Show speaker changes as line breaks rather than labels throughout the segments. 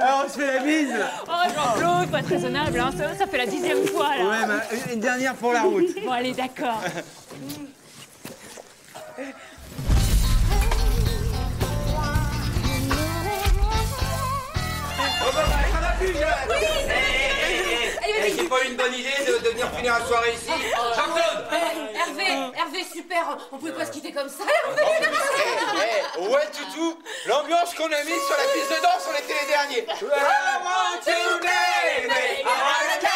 Alors on se fait la bise
Oh, Jean-Claude, pas être raisonnable, hein. ça, ça fait la dixième fois, là.
Ouais, bah, une dernière pour la route.
Oh,
Bon, allez, d'accord.
bah, Eh, C'est pas une bonne idée de, de venir finir la soirée ici Jean-Claude
Euh, Hervé, Hervé, super On pouvait pas se quitter comme ça,
Eh, eh, Ouais, toutou L'ambiance qu'on a mise sur la piste de danse, on était les derniers I want to play, baby, I wanna dance.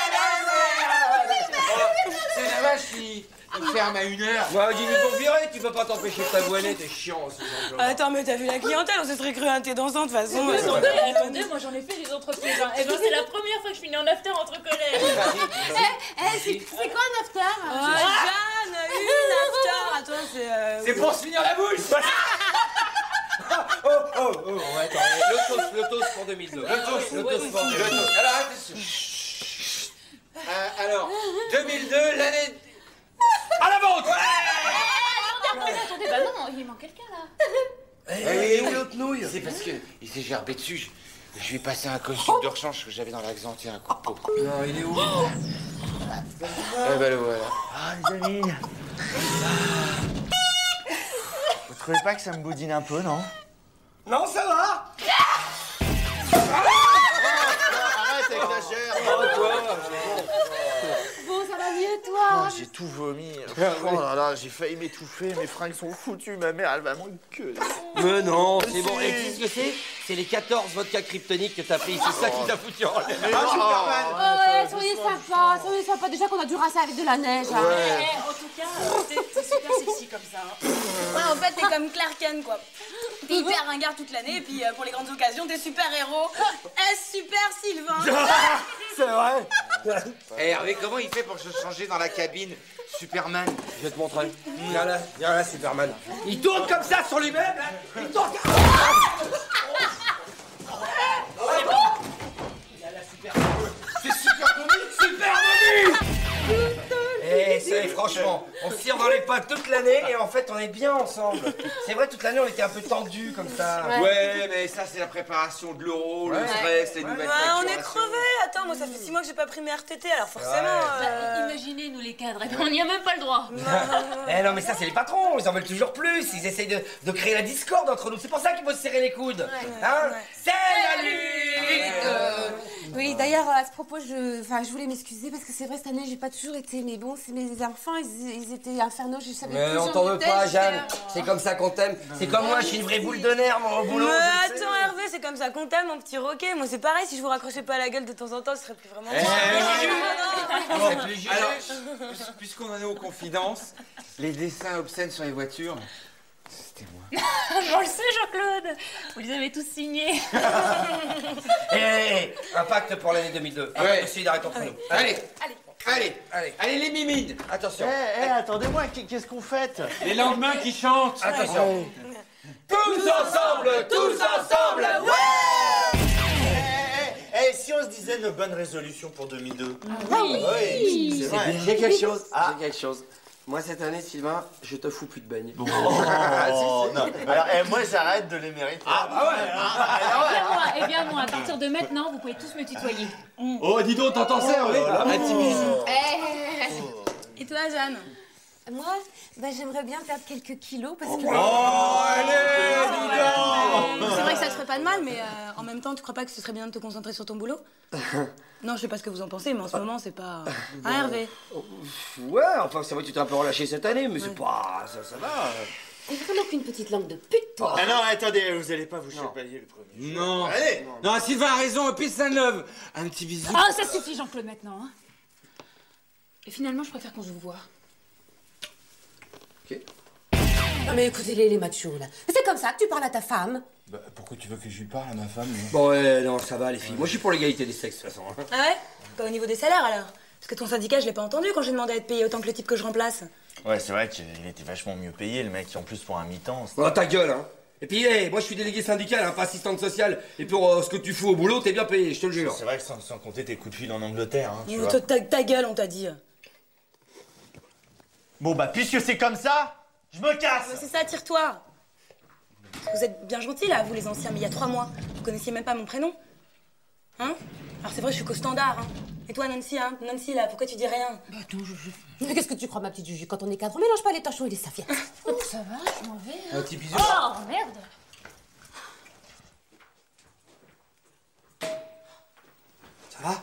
Oh, C'est la vache, il, il ferme à une heure Ouais, dis-lui pour virer, tu peux pas t'empêcher de t'abouaner, t'es chiant aussi, Jean-Claude
Attends, mais t'as vu la clientèle, on se serait cru un thé dansant de toute façon.
Attendez, attendez, moi j'en ai fait des entreprises. hein. Eh ben, c'est la première fois que je finis en after entre collègues.
Eh, C'est quoi un after
Ah, Jeanne, une after Attends, c'est... euh,
C'est pour se finir la bouche Oh, oh, oh, on va attendre. Le toast, le toast pour 2002. Le toast, le toast pour 2002. Le toast. Alors, attention. Euh, alors, 2002, l'année... À la vente
Ah,
attendez, bah non, il manque quelqu'un là.
Eh
Et où l'autre nouille Eh C'est parce que il s'est gerbé dessus. Je, je lui ai passé un costume de rechange que j'avais dans l'Argentine, un coup de peau.
Oh. Non, il est où
Eh ben le voilà.
Ah, les amis Vous trouvez pas que ça me boudine un peu, non
Non, ça va
Arrête avec la
Oh,
Bon, ça va mieux, toi
J'ai tout vomi. Oh là là, j'ai failli m'étouffer. Mes fringues sont foutues. Ma mère, elle va m'enculer.
Mais non, c'est bon. Et tu sais ce que c'est C'est les 14 vodka kryptoniques que t'as pris. C'est ça qui t'a foutu en l'air. Ah, Superman
Oh, Ouais, soyez sympa, soyez sympa. Déjà qu'on a dû rincer avec de la neige. hein.
Eh, en tout cas, euh, t'es t'es super sexy comme ça. hein.
Ouais, en fait, t'es comme Clark Kent, quoi. T'es hyper ringard toute l'année, et puis euh, pour les grandes occasions, t'es super héros. Un
Eh,
super Sylvain
C'est vrai
Eh, Hervé, comment il fait pour se changer dans la cabine Superman Je vais te montrer.
Viens là, viens là, Superman.
Il tourne comme ça sur lui-même là. Il tourne comme Il a la super C'est super comique Super
Eh, c'est franchement, on se tire dans les pattes toute l'année et en fait on est bien ensemble. C'est vrai, toute l'année on était un peu tendus comme ça.
Ouais, mais ça c'est la préparation de l'euro, le stress, les nouvelles
Ouais, on est crevés. Attends, moi, ça fait six mois que j'ai pas pris mes RTT, alors forcément... euh,
Imaginez, nous les cadres, eh ben, on n'y a même pas le droit.
Eh non, mais ça, c'est les patrons, ils en veulent toujours plus. Ils essayent de, de créer la discorde entre nous. C'est pour ça qu'il faut se serrer les coudes. Hein C'est la lutte
euh, Oui, d'ailleurs, à ce propos, je, enfin, je voulais m'excuser parce que c'est vrai, cette année, j'ai pas toujours été. Mais bon, c'est mes enfants, ils, ils étaient infernaux, je savais
Mais
plus
Euh, on
où
t'en
j'en
veut
étais,
pas,
j'étais
Jeanne.
là.
C'est comme ça qu'on t'aime. C'est comme moi, je suis une vraie boule de nerf, moi, au boulot.
Mais
je sais.
euh, attends, Hervé, c'est comme ça qu'on t'aime, mon petit roquet. Moi, c'est pareil, si je vous raccrochais pas à la gueule de temps en temps, ce serait plus vraiment... moi.
hein.
Alors, puisqu'on en est aux confidences, les dessins obscènes sur les voitures, c'était moi.
On le sait, Jean-Claude. Vous les avez tous signés.
Eh, eh, eh, un pacte pour l'année 2002. Un
Ouais.
pacte de solidarité entre nous.
Allez, allez, allez,
Allez.
allez, Eh, les mimines,
Attention.
attendez-moi, qu'est-ce qu'on fête
les lendemains qui chantent.
Attention.
Tous ensemble, tous ensemble, ouais
Eh, si on se disait nos bonnes résolutions pour 2002 oui Ah, C'est vrai.
J'ai quelque chose.
Ah.
J'ai quelque chose. Moi, cette année, Sylvain, je te fous plus de bagne.
Oh, non. Alors, eh, moi, j'arrête de les mériter.
Eh bien, moi, eh bien, moi, à partir de maintenant, vous pouvez tous me tutoyer.
Oh, dis donc, t'entends ça, oui
Et toi, Jeanne
Moi, bah, j'aimerais bien perdre quelques kilos
Oh,
parce que.
C'est vrai que ça te ferait pas de mal, mais euh, en même temps, tu crois pas que ce serait bien de te concentrer sur ton boulot Non, je sais pas ce que vous en pensez, mais en ce moment, c'est pas. Hein, Hervé
Ouais, enfin, c'est vrai que tu t'es un peu relâché cette année, mais c'est pas. Ça, ça va.
T'es vraiment qu'une petite langue de pute, toi
Ah non, attendez, vous allez pas vous chapalier le premier. jour.
Non.
Allez
Non,
Ah,
Sylvain a raison, peace and love. Un petit bisou.
Oh, ça suffit, Jean-Claude, maintenant. hein.
Et finalement, je préfère qu'on se voit.
Ok.
Non mais écoutez les, les machos là. C'est comme ça que tu parles à ta femme.
Bah, pourquoi tu veux que je lui parle à ma femme moi
Bon, ouais, non, ça va, les filles. Moi, je suis pour l'égalité des sexes, de toute façon. hein.
Ah ouais Pas au niveau des salaires alors Parce que ton syndicat, je l'ai pas entendu quand j'ai demandé à être payé autant que le type que je remplace.
Ouais, c'est vrai qu'il était vachement mieux payé, le mec, en plus pour un mi-temps. c'était-
Oh, ta gueule, hein. Et puis, hey, moi, je suis délégué syndical, hein, pas assistante sociale. Et pour euh, ce que tu fous au boulot, t'es bien payé, je te le jure.
C'est vrai que sans, sans compter tes coups de fil en Angleterre, hein, tu
Mais
vois.
toi, ta, ta gueule, on t'a dit.
Bon, bah, puisque c'est comme ça, je me
Mais
casse
c'est ça, tire-toi Parce que Vous êtes bien gentils là, vous les anciens, mais il y a trois mois, vous connaissiez même pas mon prénom. Hein Alors c'est vrai, je suis qu'au standard. Hein. Et toi, Nancy, hein Nancy là, pourquoi tu dis rien
Mais qu'est-ce que tu crois ma petite Juju Quand on est cadre, on mélange pas les tachons et les serviettes.
Ça va, je m'en vais.
Un petit bisou.
Ah.
Oh merde
Ça va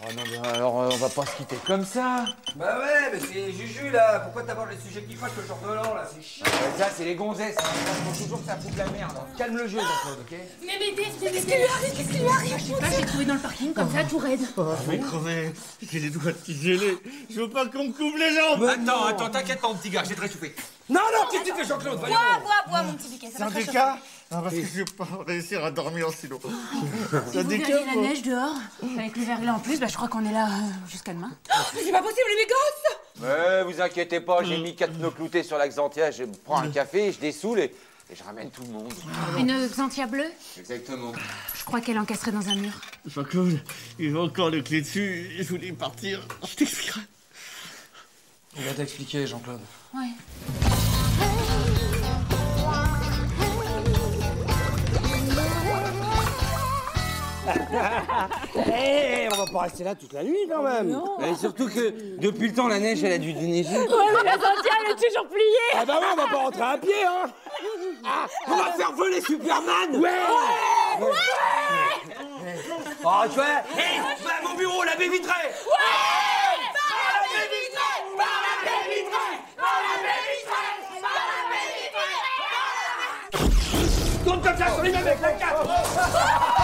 Oh non, bah, alors euh, on va pas se quitter comme ça
Bah ouais, mais c'est Juju, là. Pourquoi t'abordes les sujets qui fâchent le genre de l'an, là C'est chiant.
Ça, c'est les gonzesses. hein. Elles font toujours que ça fout de la merde. hein.
Calme le jeu, Jean-Claude, ok
Mais m'aider Qu'est-ce qui lui arrive Qu'est-ce qui lui arrive Je sais pas, j'ai trouvé dans le parking comme ça, tout raide.
Je vais crever, j'ai les doigts qui gelés, je veux pas qu'on me coupe les jambes
Attends, attends, t'inquiète pas, mon petit gars, je vais te réchauffer.
Non, non, qu'est-ce que tu fais, Jean-Claude Voyons.
Ah,
Bois, bois, bois, mon petit biquet, ça va te réchauffer.
Syndicat Non, parce que je vais pas réussir à dormir en silo.
Si Oh, vous verriez la neige dehors, avec le verglas en plus, bah je crois qu'on est là euh, jusqu'à demain.
c'est pas possible les gosses
Mais vous inquiétez pas, j'ai mis quatre pneus cloutés sur la Xantia. Je prends
Mmh.
un café, je dessoule et, et je ramène tout le monde.
Une Xantia bleue,
Exactement.
je crois qu'elle est encastrée dans un mur.
Jean-Claude, il a encore les clés dessus, je voulais partir, je t'expliquerai.
On va t'expliquer, Jean-Claude.
Ouais.
Eh, on va pas rester là toute la nuit, quand même.
Et surtout que depuis le temps, la neige, elle a dû déneiger.
Ah bah ouais, on va pas rentrer à pied, hein
On va faire voler Superman Ouais
Oh, tu vois Hé, va à mon bureau, la baie vitrée Ouais Par la baie vitrée Par la baie vitrée Par la baie vitrée Par la baie vitrée Tourne comme ça sur les mêmes avec la cape